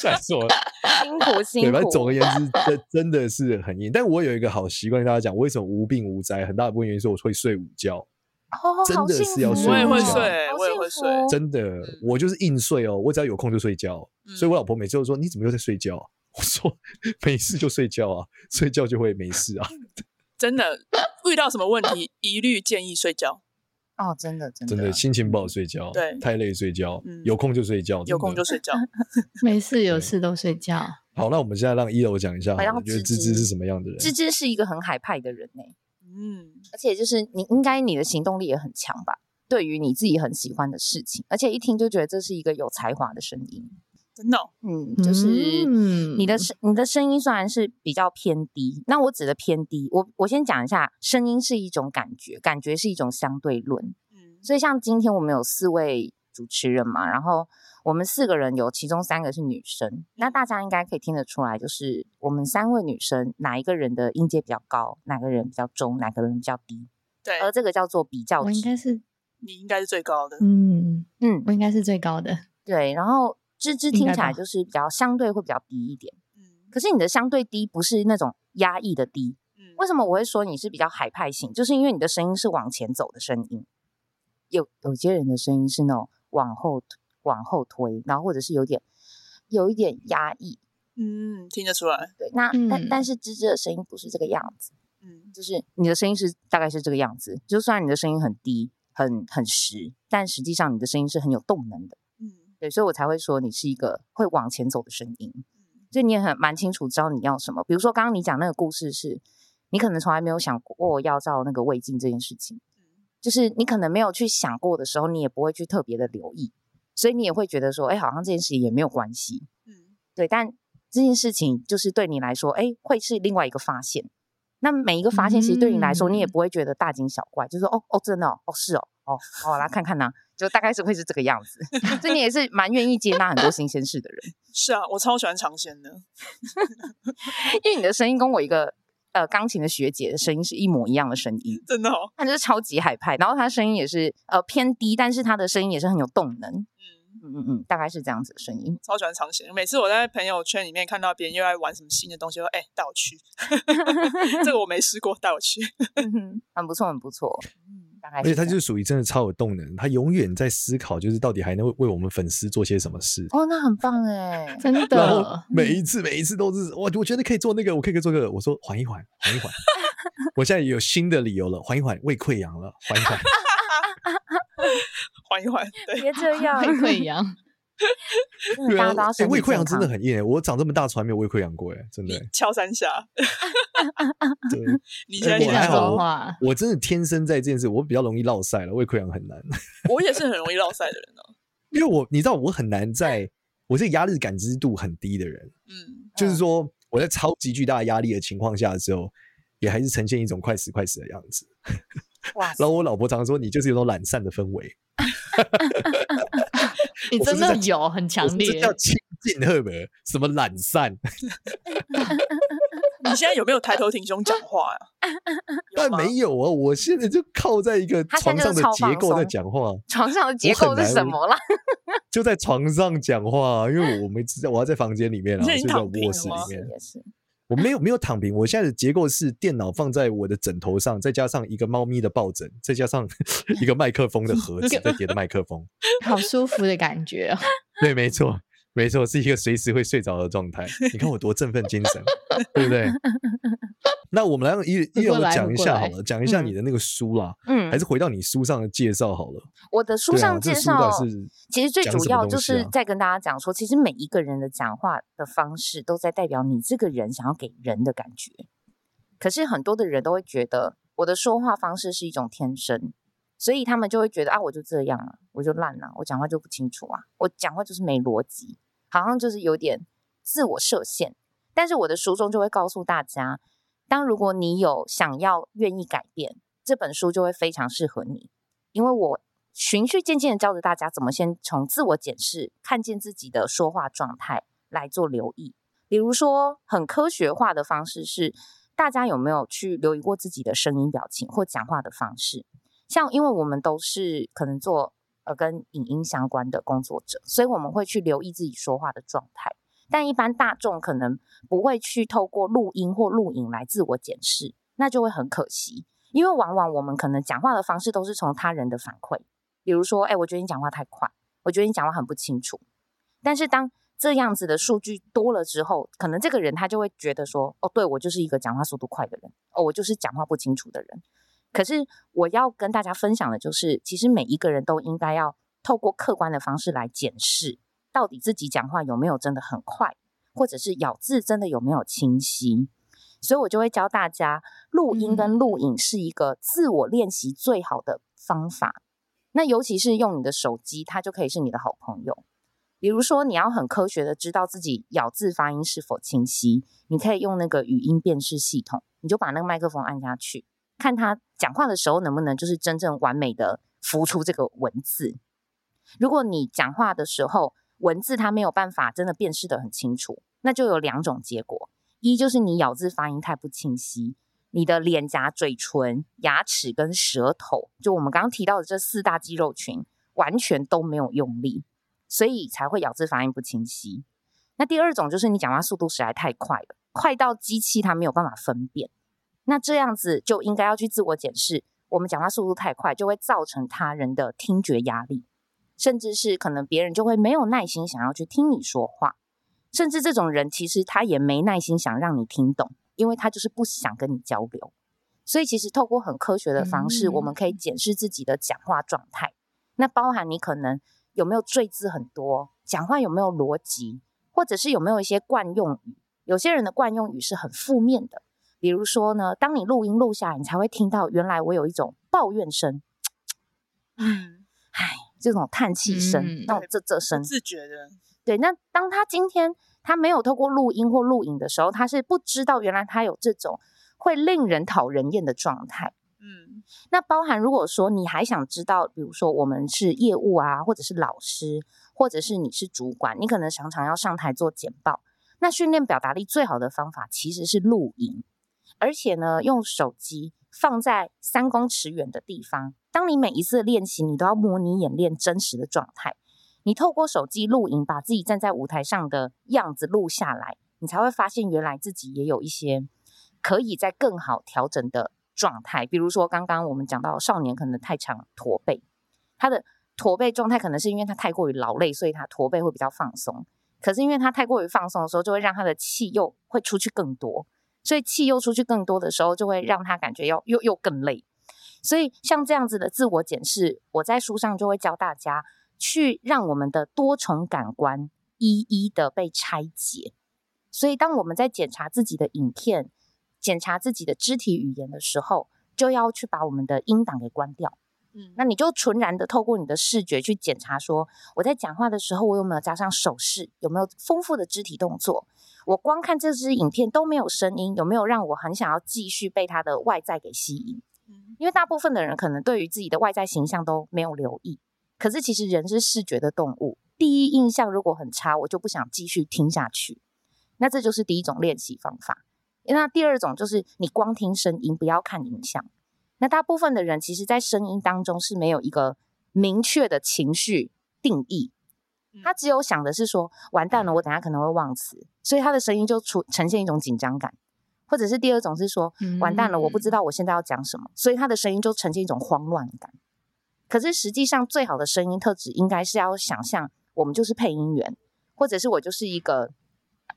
E: 吓死我了。
F: 辛苦辛
E: 对，
F: 苦
E: 反正。总而言之，这真的是很硬。但我有一个好习惯，跟大家讲，我为什么无病无灾，很大一部分原因是我会睡午觉，
F: 哦，
E: 真
F: 好
E: 的
F: 幸
E: 是要
F: 福
E: 睡
A: 我也会
E: 午觉
A: 睡
F: 好
A: 我也会
F: 幸
A: 睡
F: 福哦
E: 真的，我就是硬睡哦，我只要有空就睡觉。所以我老婆每次都说：“你怎么又在睡觉啊、 我说：“没事就睡觉啊，睡觉就会没事啊。
A: 真的遇到什么问题，一律建议睡觉，
F: 哦，真的真”的
E: 真的，心情不好睡觉，
A: 对
E: 太累睡觉，
A: 嗯
E: 有空就睡觉，真
A: 有空
E: 的
A: 就睡觉。
B: 没事，有事都睡觉。
E: 好。那我们现在让一楼讲一下好
F: 回
E: 了，
F: 到
E: 你觉得芝
F: 芝
E: 芝
F: 芝
E: 是什么样的人？
F: 芝芝是一个很海派的人呢、
A: 嗯，
F: 而且就是你应该你的行动力也很强吧？对于你自己很喜欢的事情，而且一听就觉得这是一个有才华的声音。
A: 真的哦、
F: 嗯，就是
B: 嗯
F: 你的声、你的声音虽然是比较偏低，那我指的偏低，我我先讲一下，声音是一种感觉，感觉是一种相对论。
A: 嗯，
F: 所以像今天我们有四位主持人嘛，然后我们四个人有其中三个是女生，那大家应该可以听得出来，就是我们三位女生哪一个人的音阶比较高，哪个人比较中，哪个人比较低，
A: 对，
F: 而这个叫做比较
B: 我应
F: 值。
B: 该是，
A: 你应该是最高的。
B: 嗯，
F: 呃嗯，
B: 我应该是最高的。
F: 对。然后芝芝
B: 应
F: 听
B: 该
F: 起来
B: 吧
F: 就是比较相对会比较低一点，
A: 嗯
F: 可是你的相对低不是那种压抑的低，
A: 嗯，
F: 为
A: 什
F: 什么我会说你是比较海派型？就是因为你的声音是往前走的声音，有有些人的声音是那种往后推往后推，然后或者是有点有一点压抑。
A: 嗯，听得出来。
F: 对，那、但但
B: 嗯
F: 是芝芝的声音不是这个样子，
A: 嗯，
F: 就是你的声音是大概是这个样子。就虽然你的声音很低、很很实，但实际上你的声音是很有动能的。
A: 嗯
F: 对，所以我才会说你是一个会往前走的声音。
A: 嗯
F: 所以你也很蛮清楚知道你要什么。比如说刚刚你讲那个故事是，你可能从来没有想过要照那个胃镜这件事情，就是你可能没有去想过的时候，你也不会去特别的留意，所以你也会觉得说，哎，好像这件事情也没有关系，
A: 嗯
F: 对。但这件事情就是对你来说，哎，会是另外一个发现。那每一个发现，其实对你来说，你也
B: 嗯
F: 不会觉得大惊小怪，就说哦哦，真的哦，哦是哦，哦哦，来看看呐、就大概是会是这个样子。 所以你也是蛮愿意接纳很多新鲜事的人。
A: 是啊，我超喜欢尝鲜的。
F: 因为你的声音跟我一个呃钢琴的学姐的声音是一模一样的声音，
A: 真的哦，
F: 她就是超级海派，然后她声音也是呃偏低，但是她的声音也是很有动能，
A: 嗯，。
F: 嗯嗯嗯，大概是这样子的声音
A: 超喜欢尝鲜。每次我在朋友圈里面看到别人又在玩什么新的东西，我说：“哎、带我去， 这个我没试过，带我去。
F: 嗯哼很不错，很不错，嗯，大概
E: 而
F: 是这
E: 且
F: 样。
E: 他就是属于真的超有动能，他永远在思考，就是到底还能为我们粉丝做些什么事。
F: 哦，那很棒 哎，
B: 真
E: 然后
B: 的，
F: 嗯
E: 每一次每一次都是我，我觉得可以做那个，我可以做这个。我说缓一缓，缓一 缓，我现在有新的理由了，缓一缓，胃溃疡了，缓 一缓。
A: 缓一缓，对，
F: 别这样，
B: 会溃 疡。
F: 真的
E: 对
F: 大
E: 啊
F: 家都要，
E: 哎，
F: 身体
E: 胃溃
F: 健
E: 疡真的
F: 康
E: 很硬欸，我长这么大从来没有胃溃疡过，哎，真的
A: 你
E: 欸。
A: 敲三下，
E: 对，
A: 你现在
E: 我
B: 别
A: 想
E: 还
B: 讲
A: 说
E: 好
B: 脏话，
E: 我真的天生在这件事，我比较容易落塞了，胃溃疡很难，
A: 我也是很容易落赛的人哦。
E: 因为我你知道我很难在，我是压力感知度很低的人，
A: 嗯
E: 就是说我在超级巨大的压力的情况下的时候，也还是呈现一种快死快死的样子。
F: 哇 塞
E: 然后我老婆常常说，你就是有种懒散的氛围。
B: 你
E: 我
B: 真
E: 是
B: 的
E: 在
B: 有很强
E: 我说这
B: 烈
E: 叫。亲近赫尔，什么懒散？
A: 你现在有没有抬头挺胸讲 话呀、啊有
E: 但
A: 吗
E: 没有啊，我现在就靠在一个
F: 他现
E: 床
F: 在
E: 上
F: 就是
E: 的
F: 超
E: 结
F: 放
E: 构在
F: 松
E: 讲话，
F: 床上的结
E: 我很
F: 构是
E: 难
F: 什
E: 我
F: 么啦？
E: 就在床上讲话，啊因为我没知道我要在房间里面啊，
A: 你
E: 所
A: 现在已经
E: 以在
A: 躺平
E: 卧
A: 了
E: 室
A: 吗
E: 里
F: 也
E: 面
F: 是，也是，
E: 我没有没有躺平，我现在的结构是电脑放在我的枕头上，再加上一个猫咪的抱枕，再加上 一个麦克风的盒子，再叠的麦克风。
B: 好舒服的感觉哦，
E: 对，没错，没错，是一个随时会睡着的状态。你看我多振奋 精神，对不对？那我们来让一一
B: 过
E: 柔
B: 来
E: 讲一
B: 过
E: 下好
B: 来
E: 了，讲一下你的那个书啦，
F: 嗯
E: 还，是回到你书上的介绍好了。
F: 我的书
E: 对啊
F: 上
E: 这
F: 介
E: 书
F: 绍，
E: 到底是
F: 其实最
E: 讲
F: 主
E: 什么
F: 要
E: 东
F: 就
E: 西
F: 是
E: 啊
F: 在跟大家讲说，其实每一个人的讲话的方式都在代表你这个人想要给人的感觉。可是很多的人都会觉得我的说话方式是一种天生，所以他们就会觉得啊，我就这样啊，我就烂啊，我讲话就不清楚啊，我讲话就是没逻辑，好像就是有点自我设限。但是我的书中就会告诉大家，当如果你有想要愿意改变，这本书就会非常适合你。因为我循序渐进的教着大家怎么先从自我检视，看见自己的说话状态来做留意。比如说，很科学化的方式是，大家有没有去留意过自己的声音、表情或讲话的方式？像，因为我们都是可能做呃跟影音相关的工作者，所以我们会去留意自己说话的状态。但一般大众可能不会去透过录音或录影来自我检视，那就会很可惜。因为往往我们可能讲话的方式都是从他人的反馈，比如说，哎，我觉得你讲话太快，我觉得你讲话很不清楚。但是当这样子的数据多了之后，可能这个人他就会觉得说，哦，对我就是一个讲话速度快的人，哦，我就是讲话不清楚的人。可是我要跟大家分享的就是，其实每一个人都应该要透过客观的方式来检视，到底自己讲话有没有真的很快，或者是咬字真的有没有清晰。所以我就会教大家，录音跟录影是一个自我练习最好的方法。那尤其是用你的手机，它就可以是你的好朋友。比如说，你要很科学的知道自己咬字发音是否清晰，你可以用那个语音辨识系统，你就把那个麦克风按下去，看它讲话的时候能不能就是真正完美的浮出这个文字。如果你讲话的时候文字它没有办法真的辨识的很清楚，那就有两种结果，一就是你咬字发音太不清晰，你的脸颊、嘴唇、牙齿跟舌头，就我们刚刚提到的这四大肌肉群，完全都没有用力，所以才会咬字发音不清晰。那第二种就是你讲话速度实在太快了，快到机器它没有办法分辨。那这样子就应该要去自我检视，我们讲话速度太快，就会造成他人的听觉压力，甚至是可能别人就会没有耐心想要去听你说话。甚至这种人其实他也没耐心想让你听懂，因为他就是不想跟你交流。所以其实透过很科学的方式，我们可以检视自己的讲话状态，那包含你可能有没有赘字很多，讲话有没有逻辑，或者是有没有一些惯用语。有些人的惯用语是很负面的，比如说呢，当你录音录下来，你才会听到原来我有一种抱怨声，
A: 嗯，
F: 这种叹气声，
B: 嗯
F: 那种啧啧声
A: 不，自觉的，
F: 对，那当他今天他没有透过录音或录影的时候，他是不知道原来他有这种会令人讨人厌的状态。
A: 嗯，
F: 那包含如果说你还想知道，比如说我们是业务啊，或者是老师，或者是你是主管，你可能常常要上台做简报。那训练表达力最好的方法其实是录影，而且呢，用手机放在三公尺远的地方。当你每一次练习，你都要模拟演练真实的状态。你透过手机录影，把自己站在舞台上的样子录下来，你才会发现原来自己也有一些可以在更好调整的状态。比如说，刚刚我们讲到少年可能太常驼背，他的驼背状态可能是因为他太过于劳累，所以他驼背会比较放松。可是因为他太过于放松的时候，就会让他的气又会出去更多，所以气又出去更多的时候，就会让他感觉要又又更累。所以像这样子的自我检视，我在书上就会教大家去让我们的多重感官一一的被拆解。所以当我们在检查自己的影片、检查自己的肢体语言的时候，就要去把我们的音档给关掉。
A: 嗯
F: 那你就纯然的透过你的视觉去检查说我在讲话的时候，我有没有加上手势，有没有丰富的肢体动作？我光看这支影片都没有声音，有没有让我很想要继续被它的外在给吸引？
A: 嗯
F: 因为大部分的人可能对于自己的外在形象都没有留意，可是其实人是视觉的动物，第一印象如果很差，我就不想继续听下去。那这就是第一种练习方法。那第二种就是你光听声音，不要看影像。那大部分的人其实，在声音当中是没有一个明确的情绪定义，他只有想的是说，完蛋了，我等下可能会忘词，所以他的声音就出呈现一种紧张感，或者是第二种是说，完蛋了，我不知道我现在要讲什么，所以他的声音就呈现一种慌乱感。可是实际上，最好的声音特质应该是要想象我们就是配音员，或者是我就是一个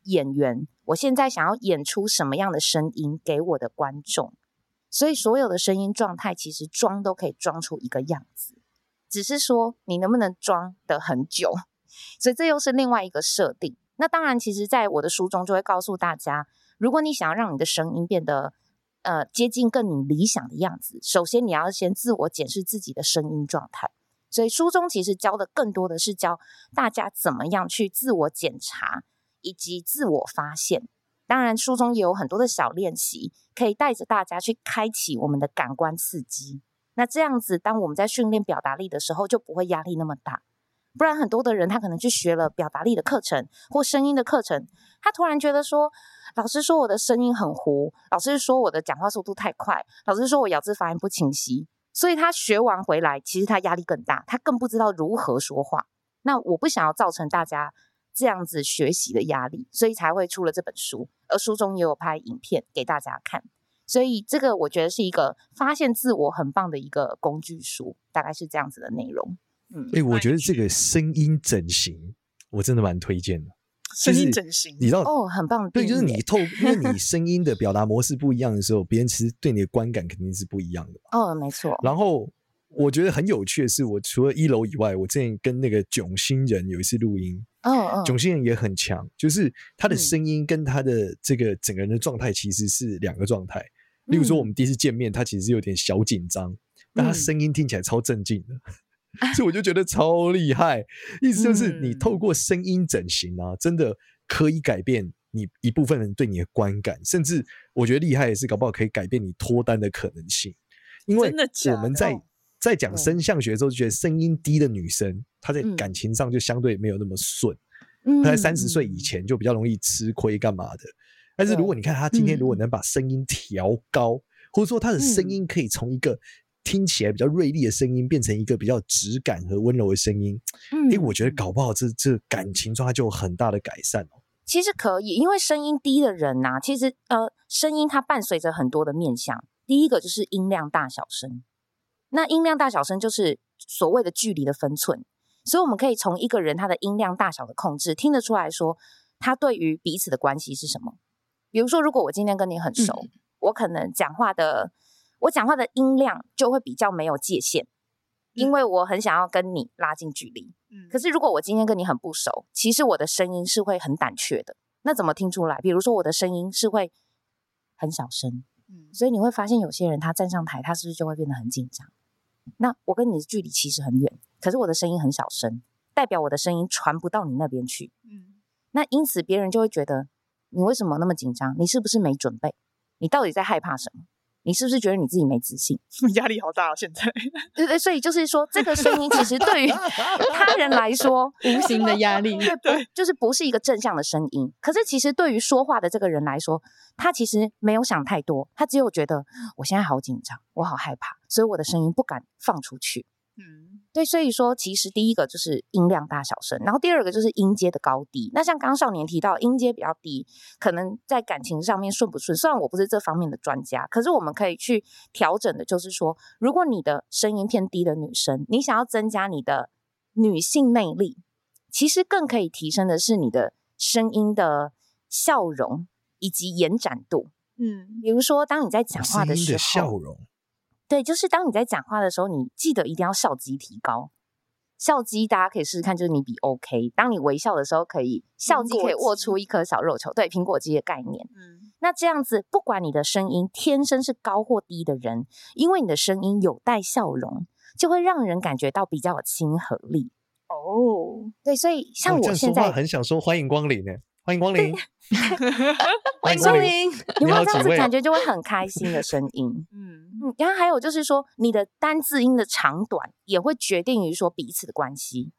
F: 演员，我现在想要演出什么样的声音给我的观众，所以所有的声音状态其实装都可以装出一个样子，只是说你能不能装得很久，所以这又是另外一个设定。那当然，其实在我的书中就会告诉大家，如果你想要让你的声音变得呃接近更你理想的样子，首先你要先自我检视自己的声音状态。所以书中其实教的更多的是教大家怎么样去自我检查以及自我发现。当然，书中也有很多的小练习，可以带着大家去开启我们的感官刺激。那这样子，当我们在训练表达力的时候，就不会压力那么大。不然，很多的人他可能去学了表达力的课程或声音的课程，他突然觉得说，老师说我的声音很糊，老师说我的讲话速度太快，老师说我咬字发音不清晰，所以他学完回来，其实他压力更大，他更不知道如何说话。那我不想要造成大家这样子学习的压力，所以才会出了这本书，而书中也有拍影片给大家看。所以这个我觉得是一个发现自我很棒的一个工具书，大概是这样子的内容。嗯，
E: 哎，我觉得这个声音整形，我真的蛮推荐的。
A: 声音
E: 就是
A: 整形
E: 你知道
F: 哦，很棒的定
E: 对，
F: 义耶。
E: 就是你透，因为 你声音的表达模式不一样的时候，别人其实对你的观感肯定是不一样的嘛。
F: 哦，没错。
E: 然后我觉得很有趣的是，我除了一楼以外，我之前跟那个囧星人有一次录音，
F: 嗯嗯，
E: 囧星人也很强，就是他的
F: 嗯
E: 声音跟他的这个整个人的状态其实是两个状态。例如说，我们第一次见面，他其实有点小紧张，但他
F: 嗯
E: 声音听起来超镇静的。 所以我就觉得超厉害，意思就是你
F: 嗯
E: 透过声音整形啊，真的可以改变你一部分人对你的观感，甚至我觉得厉害的是，搞不好可以改变你脱单的可能性。因为
A: 真的假
E: 我们
A: 的
E: 在
A: 哦
E: 在讲
F: 对
E: 声相学的时候，就觉得声音低的女生，她在
F: 嗯
E: 感情上就相对没有那么顺，
F: 嗯
E: 她在三十岁以，前就比较容易吃亏干嘛的。但是如果你看她今天如果
F: 嗯
E: 能把声音调高，或者说她的声音可以从一个听起来比较锐利的声音，变成一个比较质感和温柔的声音，
F: 嗯
E: 诶，我觉得搞不好这这感情状态就有很大的改善哦。
F: 其实可以，因为声音低的人呐、其实呃，声音它伴随着很多的面向。第一个就是音量大小声，那音量大小声就是所谓的距离的分寸，所以我们可以从一个人他的音量大小的控制听得出来说，他对于彼此的关系是什么。比如说，如果我今天跟你很熟，我可能讲话的我讲话的音量就会比较没有界限，因为我很想要跟你拉近距离。
A: 嗯
F: 可是如果我今天跟你很不熟，其实我的声音是会很胆怯的。那怎么听出来？比如说我的声音是会很小声，
A: 嗯
F: 所以你会发现有些人他站上台，他是不是就会变得很紧张？那我跟你的距离其实很远，可是我的声音很小声，代表我的声音传不到你那边去。
A: 嗯，
F: 那因此别人就会觉得你为什么那么紧张？你是不是没准备？你到底在害怕什么？你是不是觉得你自己没自信？
A: 压力好大哦，现在
F: 对对，所以就是说，这个声音其实对于 他人来说，
B: 无形的压力。
A: 对，
F: 就是不是一个正向的声音。可是其实对于说话的这个人来说，他其实没有想太多，他只有觉得我现在好紧张，我好害怕，所以我的声音不敢放出去。
A: 嗯
F: 对，所以说其实第一个就是音量大小声，然后第二个就是音阶的高低。那像刚刚少年提到，音阶比较低，可能在感情上面顺不顺？虽然我不是这方面的专家，可是我们可以去调整的，就是说，如果你的声音偏低的女生，你想要增加你的女性魅力，其实更可以提升的是你的声音的笑容以及延展度。
A: 嗯，
F: 比如说，当你在讲话
E: 声
F: 的
E: 音
F: 时候，
E: 的笑容，
F: 对，就是当你在讲话的时候，你记得一定要笑肌提高。笑肌大家可以试试看，就是你比 OK。当你微笑的时候，可以笑
A: 苹
F: 肌可以
A: 果
F: 握
A: 肌
F: 出一颗小肉球，对，苹果肌的概念。
A: 嗯
F: 那这样子，不管你的声音天生是高或低的人，因为你的声音有带笑容，就会让人感觉到比较有亲和力。
A: 哦，
F: 对，所以像
E: 哦这
F: 我
E: 样说
F: 现
E: 话
F: 在，
E: 很想说欢迎光临呢，欢迎光临，
B: 欢迎光临，
F: 你
E: 你好
F: 会这样
E: 几
F: 子
E: 位哦
F: 感觉就会很开心的声音。
A: 嗯
F: 嗯，然后还有就是说，你的单字音的长短也会决定于说彼此的关系。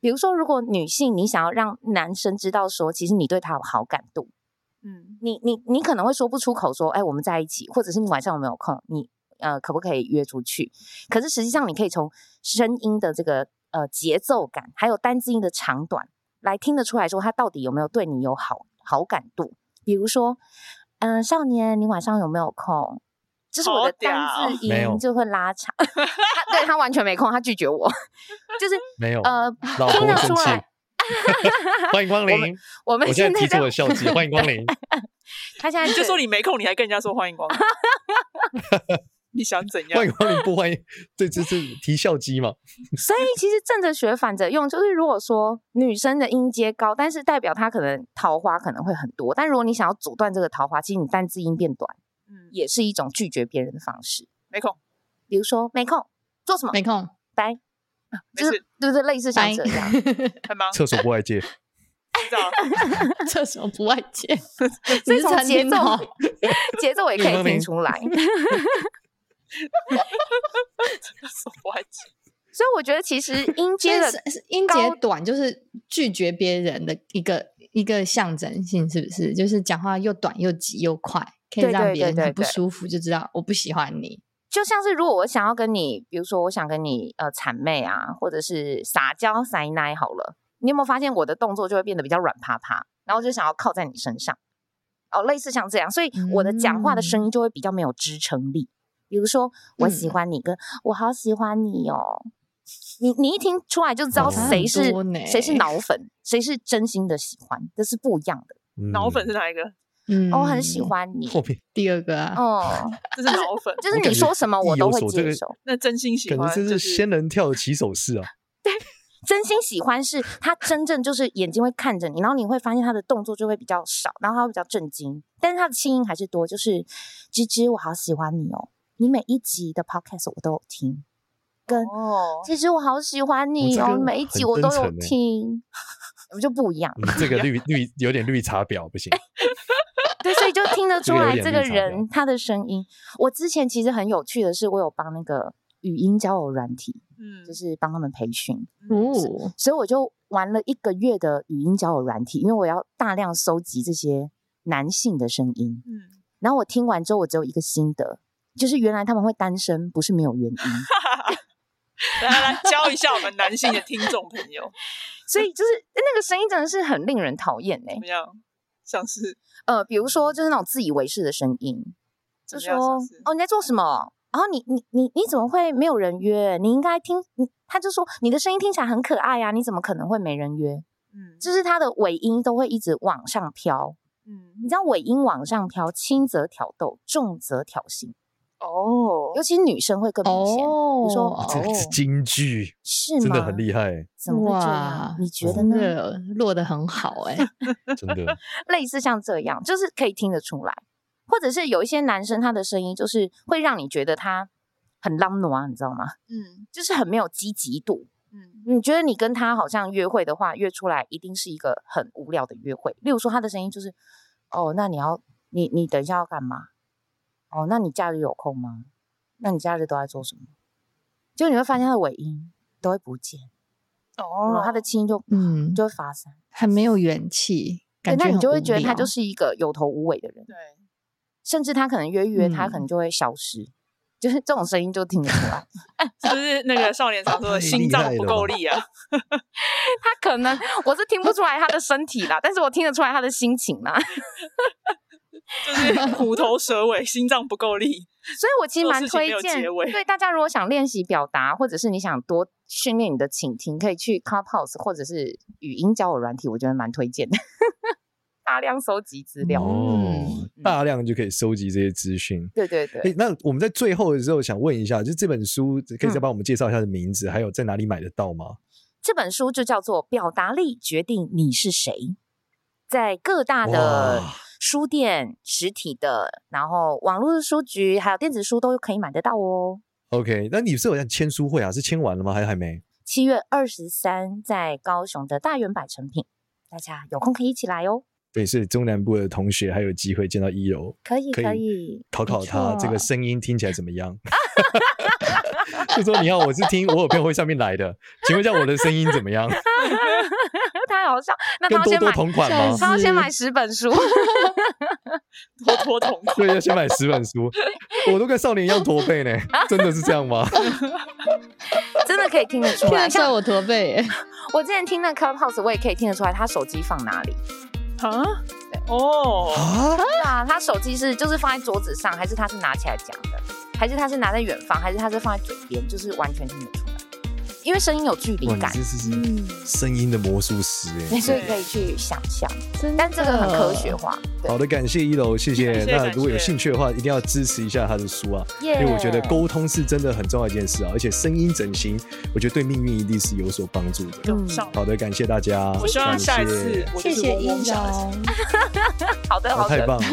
F: 比如说，如果女性你想要让男生知道说，其实你对他有好感度，
A: 嗯
F: 你你你可能会说不出口说，哎，我们在一起，或者是你晚上有没有空，你呃可不可以约出去？可是实际上，你可以从声音的这个呃节奏感，还有单字音的长短来听得出来说，他到底有没有对你有好好感度。比如说，嗯、少年，你晚上有没有空？就是我的
A: 好屌
F: 单字
E: 没有哦
F: 音就会拉长， 他对他完全没空，他拒绝我，就是
E: 没有，
F: 呃
E: 老
F: 听
E: 婆
F: 得
E: 生
F: 出
E: 气
F: 来，
E: 欢迎光临。
F: 我们
E: 我现
F: 现
E: 在
F: 在
E: 提出
F: 在
E: 我的校级，欢迎光临。
F: 他现在
A: 你就说
F: 你
A: 你没空，你还跟人家说欢迎 光临，你想怎样
E: 欢？迎光临，不欢迎，对，这是提校机嘛？
F: 所以其实正着学反着用，就是如果说女生的音阶高，但是代表她可能桃花可能会很多，但如果你想要阻断这个桃花，其实你单字音变短
A: 嗯，
F: 也是一种拒绝别人的方式。
A: 没空，
F: 比如说没空做什么，
B: 没空，
F: 呆，
A: 没
F: 就是
A: 事，
F: 就是类似像
B: 拜
F: 这样。
A: 很忙，
E: 厕所不外借，
A: 知 道了。
B: 厕所不外借，
F: 所
B: 哦所
F: 以从节奏 节奏也可以
E: 欢迎光
F: 听
E: 临
F: 出来。
A: 厕所外
E: 嗯
A: 借
F: 所以我觉得其实音
B: 接
F: 阶
B: 着
F: 的
B: 音节
F: 高
B: 短就是拒绝别人的一个一个象征性，是不是？就是讲话又短又急又快，可以
F: 对
B: 让
F: 对
B: 别
F: 对
B: 人
F: 对
B: 很不
F: 对
B: 舒服，就知道我不喜欢你。
F: 就像是如果我想要跟你，比如说我想跟你呃谄媚啊，或者是撒娇撒奶好了，你有没有发现我的动作就会变得比较软趴趴，然后就想要靠在你身上，哦，类似像这样，所以我的讲话的声
E: 嗯
F: 音就会比较没有支撑力。比如说我喜
B: 嗯
F: 欢你，跟我好喜欢你哦，你你一听出来就知道
E: 哦
F: 谁是、
B: 很多呢
F: 谁是脑粉，谁是真心的喜欢，这是不一样的。
E: 嗯
A: 脑粉是哪一个？
B: 嗯
F: 哦我很喜。欢你，
E: 后面
B: 第二个啊，
F: 哦，
A: 这是脑粉，
F: 就是
E: 我感觉
F: 你说什么我
E: 意
F: 都
E: 有
F: 会
E: 所这
F: 接
E: 个
F: 受。
A: 那真心喜
E: 感觉
A: 欢，
E: 这
A: 就是
E: 仙人跳的起手式啊！
F: 真心喜欢是他真正就是眼睛会看着你，然后你会发现他的动作就会比较少，然后他会比较震惊，但是他的轻音还是多。就是芝芝，我好喜欢你哦， 你每一集的 podcast 我都有听。跟
A: 哦，
F: 其实我好喜欢你
E: 这
F: 哦，
E: 个
F: 每一集
E: 很
F: 我都
E: 真
F: 有
E: 诚欸
F: 听，我就不一样。
E: 嗯这 个绿绿有点绿茶婊，不行。
F: 对，所以就听得
E: 这
F: 出
E: 个有
F: 来
E: 点
F: 这个
E: 绿茶婊
F: 人他的声音。我之前其实很有趣的是，我有帮那个语音交友软体，
A: 嗯
F: 就，是帮他们培训，
B: 哦，
F: 所以我就玩了一个月的语音交友软体，因为我要大量搜集这些男性的声音。
A: 嗯，
F: 然后我听完之后，我只有一个心得，就是原来他们会单身不是没有原因。
A: 来 来来，教一下我们男性的听众朋友，
F: 所以就是那个声音真的是很令人讨厌哎、
A: 怎么样？像是
F: 呃，比如说就是那种自以为是的声音，就
A: 怎么样
F: 说
A: 像是
F: 哦你在做什么？然后你你你你怎么会没有人约？你应该听，你他就说你的声音听起来很可爱呀、你怎么可能会没人约？
A: 嗯，
F: 就是他的尾音都会一直往上飘，你
A: 嗯，
F: 知道尾音往上飘，轻则挑逗，重则挑衅，
A: 哦
F: 尤，其女生会更明显。
B: 哦，
F: 说
E: 哇
F: 哦
E: 这个是京剧，
F: 是吗？
E: 真的很厉害，
F: 怎么会这样
B: 哇？，
F: 你觉得
B: 真
F: 呢？
B: 的落得很好哎，
E: 真 的。
F: 类似像这样，就是可以听得出来，或者是有一些男生他的声音就是会让你觉得他很浪暖，你知道吗？
A: 嗯
F: 就是很没有积极度。
A: 嗯
F: 你觉得你跟他好像约会的话，约出来一定是一个很无聊的约会。例如说，他的声音就是：“哦，那你要你你等一下要干嘛？哦，那你假日有空吗？那你假日都在做什么？”就你会发现他的尾音都会不见，然后
A: 哦，
F: 他的轻音就
B: 嗯，
F: 就会发散。
B: 很没有元气，
F: 对，
B: 感觉
F: 那你
B: 很
F: 就会
B: 无
F: 觉得他
B: 聊
F: 就是一个有头无尾的人，
A: 对，
F: 甚至他可能约约他可
B: 嗯
F: 能就会消失，就是这种声音就听得出来。
A: 是不是那个少年常说的
E: 太
A: 心
E: 厉
A: 脏
E: 害
A: 不
E: 了
A: 够
E: 吧
A: 力 啊？
F: 他可能我是听不出来他的身体啦，但是我听得出来他的心情啦。
A: 就是虎头蛇尾，心脏不够力。
F: 所以我其实
A: 做
F: 蛮
A: 事情
F: 推
A: 没有
F: 荐
A: 结尾，
F: 对大家如果想练习表达，或者是你想多训练你的倾听，可以去 Clubhouse 或者是语音交友软体，我觉得蛮推荐的。 大量搜集资
A: 嗯
F: 料，嗯
E: 哦，大量就可以收集这些资讯。
F: 对对
E: 哎
F: 对，，
E: 那我们在最后的时候想问一下，就这本书可以再
F: 嗯
E: 帮我们介绍一下它的名字，还有在哪里买得到吗？
F: 这本书就叫做《表达力决定你是谁》，在各大的
E: 哇
F: 书店、实体的，然后网络的书局，还有电子书都可以买得到哦。
E: OK，那你是有在签书会啊？是签完了吗？还还没？
F: 七月二十三，在高雄的大圆百成品，大家有空可以一起来哦。
E: 对，是中南部的同学还有机会见到一柔，
F: 可以
E: 可
F: 可
E: 以
F: 以
E: 考考
B: 没
E: 他这
B: 错
E: 个声音听起来怎么样。 就说你好，我是听我有朋友会上面来的，请问一下我的声音怎么样？
F: 太好笑。那他
E: 跟
F: 要
E: 多
F: 先
E: 多
F: 买，
E: 同款吗
B: 笑？
F: 他要先
B: 是
F: 买十 本书，
A: 拖拖同款。
E: 对，要先买十本书，我都跟少年一样驼背呢，真的是这样吗？
F: 真的可以听得出
B: 听
F: 来。
B: 得出来
F: 像
B: 啊我驼背耶，
F: 我之前听那 Clubhouse，我也可以听得出来他手机放哪里。
A: 啊？哦，
E: 啊，
F: 对啊，他手机是就是放在桌子上，还是他是拿起来讲的，还是他是拿在远方，还是他是放在嘴边，就是完全听得出来。因为声音有距离
E: 哇，你
F: 感，嗯
E: 这是
D: 嗯
E: 声音的魔术师哎、
F: 所以可以去想象，
B: 真
F: 但这个很
B: 的
F: 科学化。对
E: 好的，感谢一楼，谢谢
A: 感。谢
E: 那
A: 感
E: 如果有
A: 谢
E: 兴趣的话，一定要支持一下他的书啊，因
F: 耶
E: 为我觉得沟通是真的很重要一件事啊，而且声音整形，我觉得对命运一定是有所帮助的。
A: 有上。
E: 好的，感谢大家。
A: 我希望下一
E: 嗯感
A: 次
E: 谢
A: 我
D: 谢
A: 就是
D: 谢
A: 嗡
D: 一
A: 嗡下来。
D: 柔，
F: 好的，
E: 好
F: 好
E: 太
F: 的，
E: 棒了，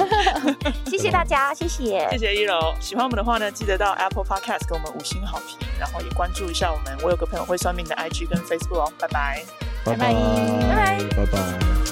F: 谢谢大家，谢谢，
A: 谢谢一楼，喜欢我们的话呢，记得到 Apple Podcast 给我们五星好评，然后也关注一下我们。我有个朋友会算命的 IG 跟 Facebook 哦，拜拜。
E: 拜
D: 拜
E: 拜，拜拜。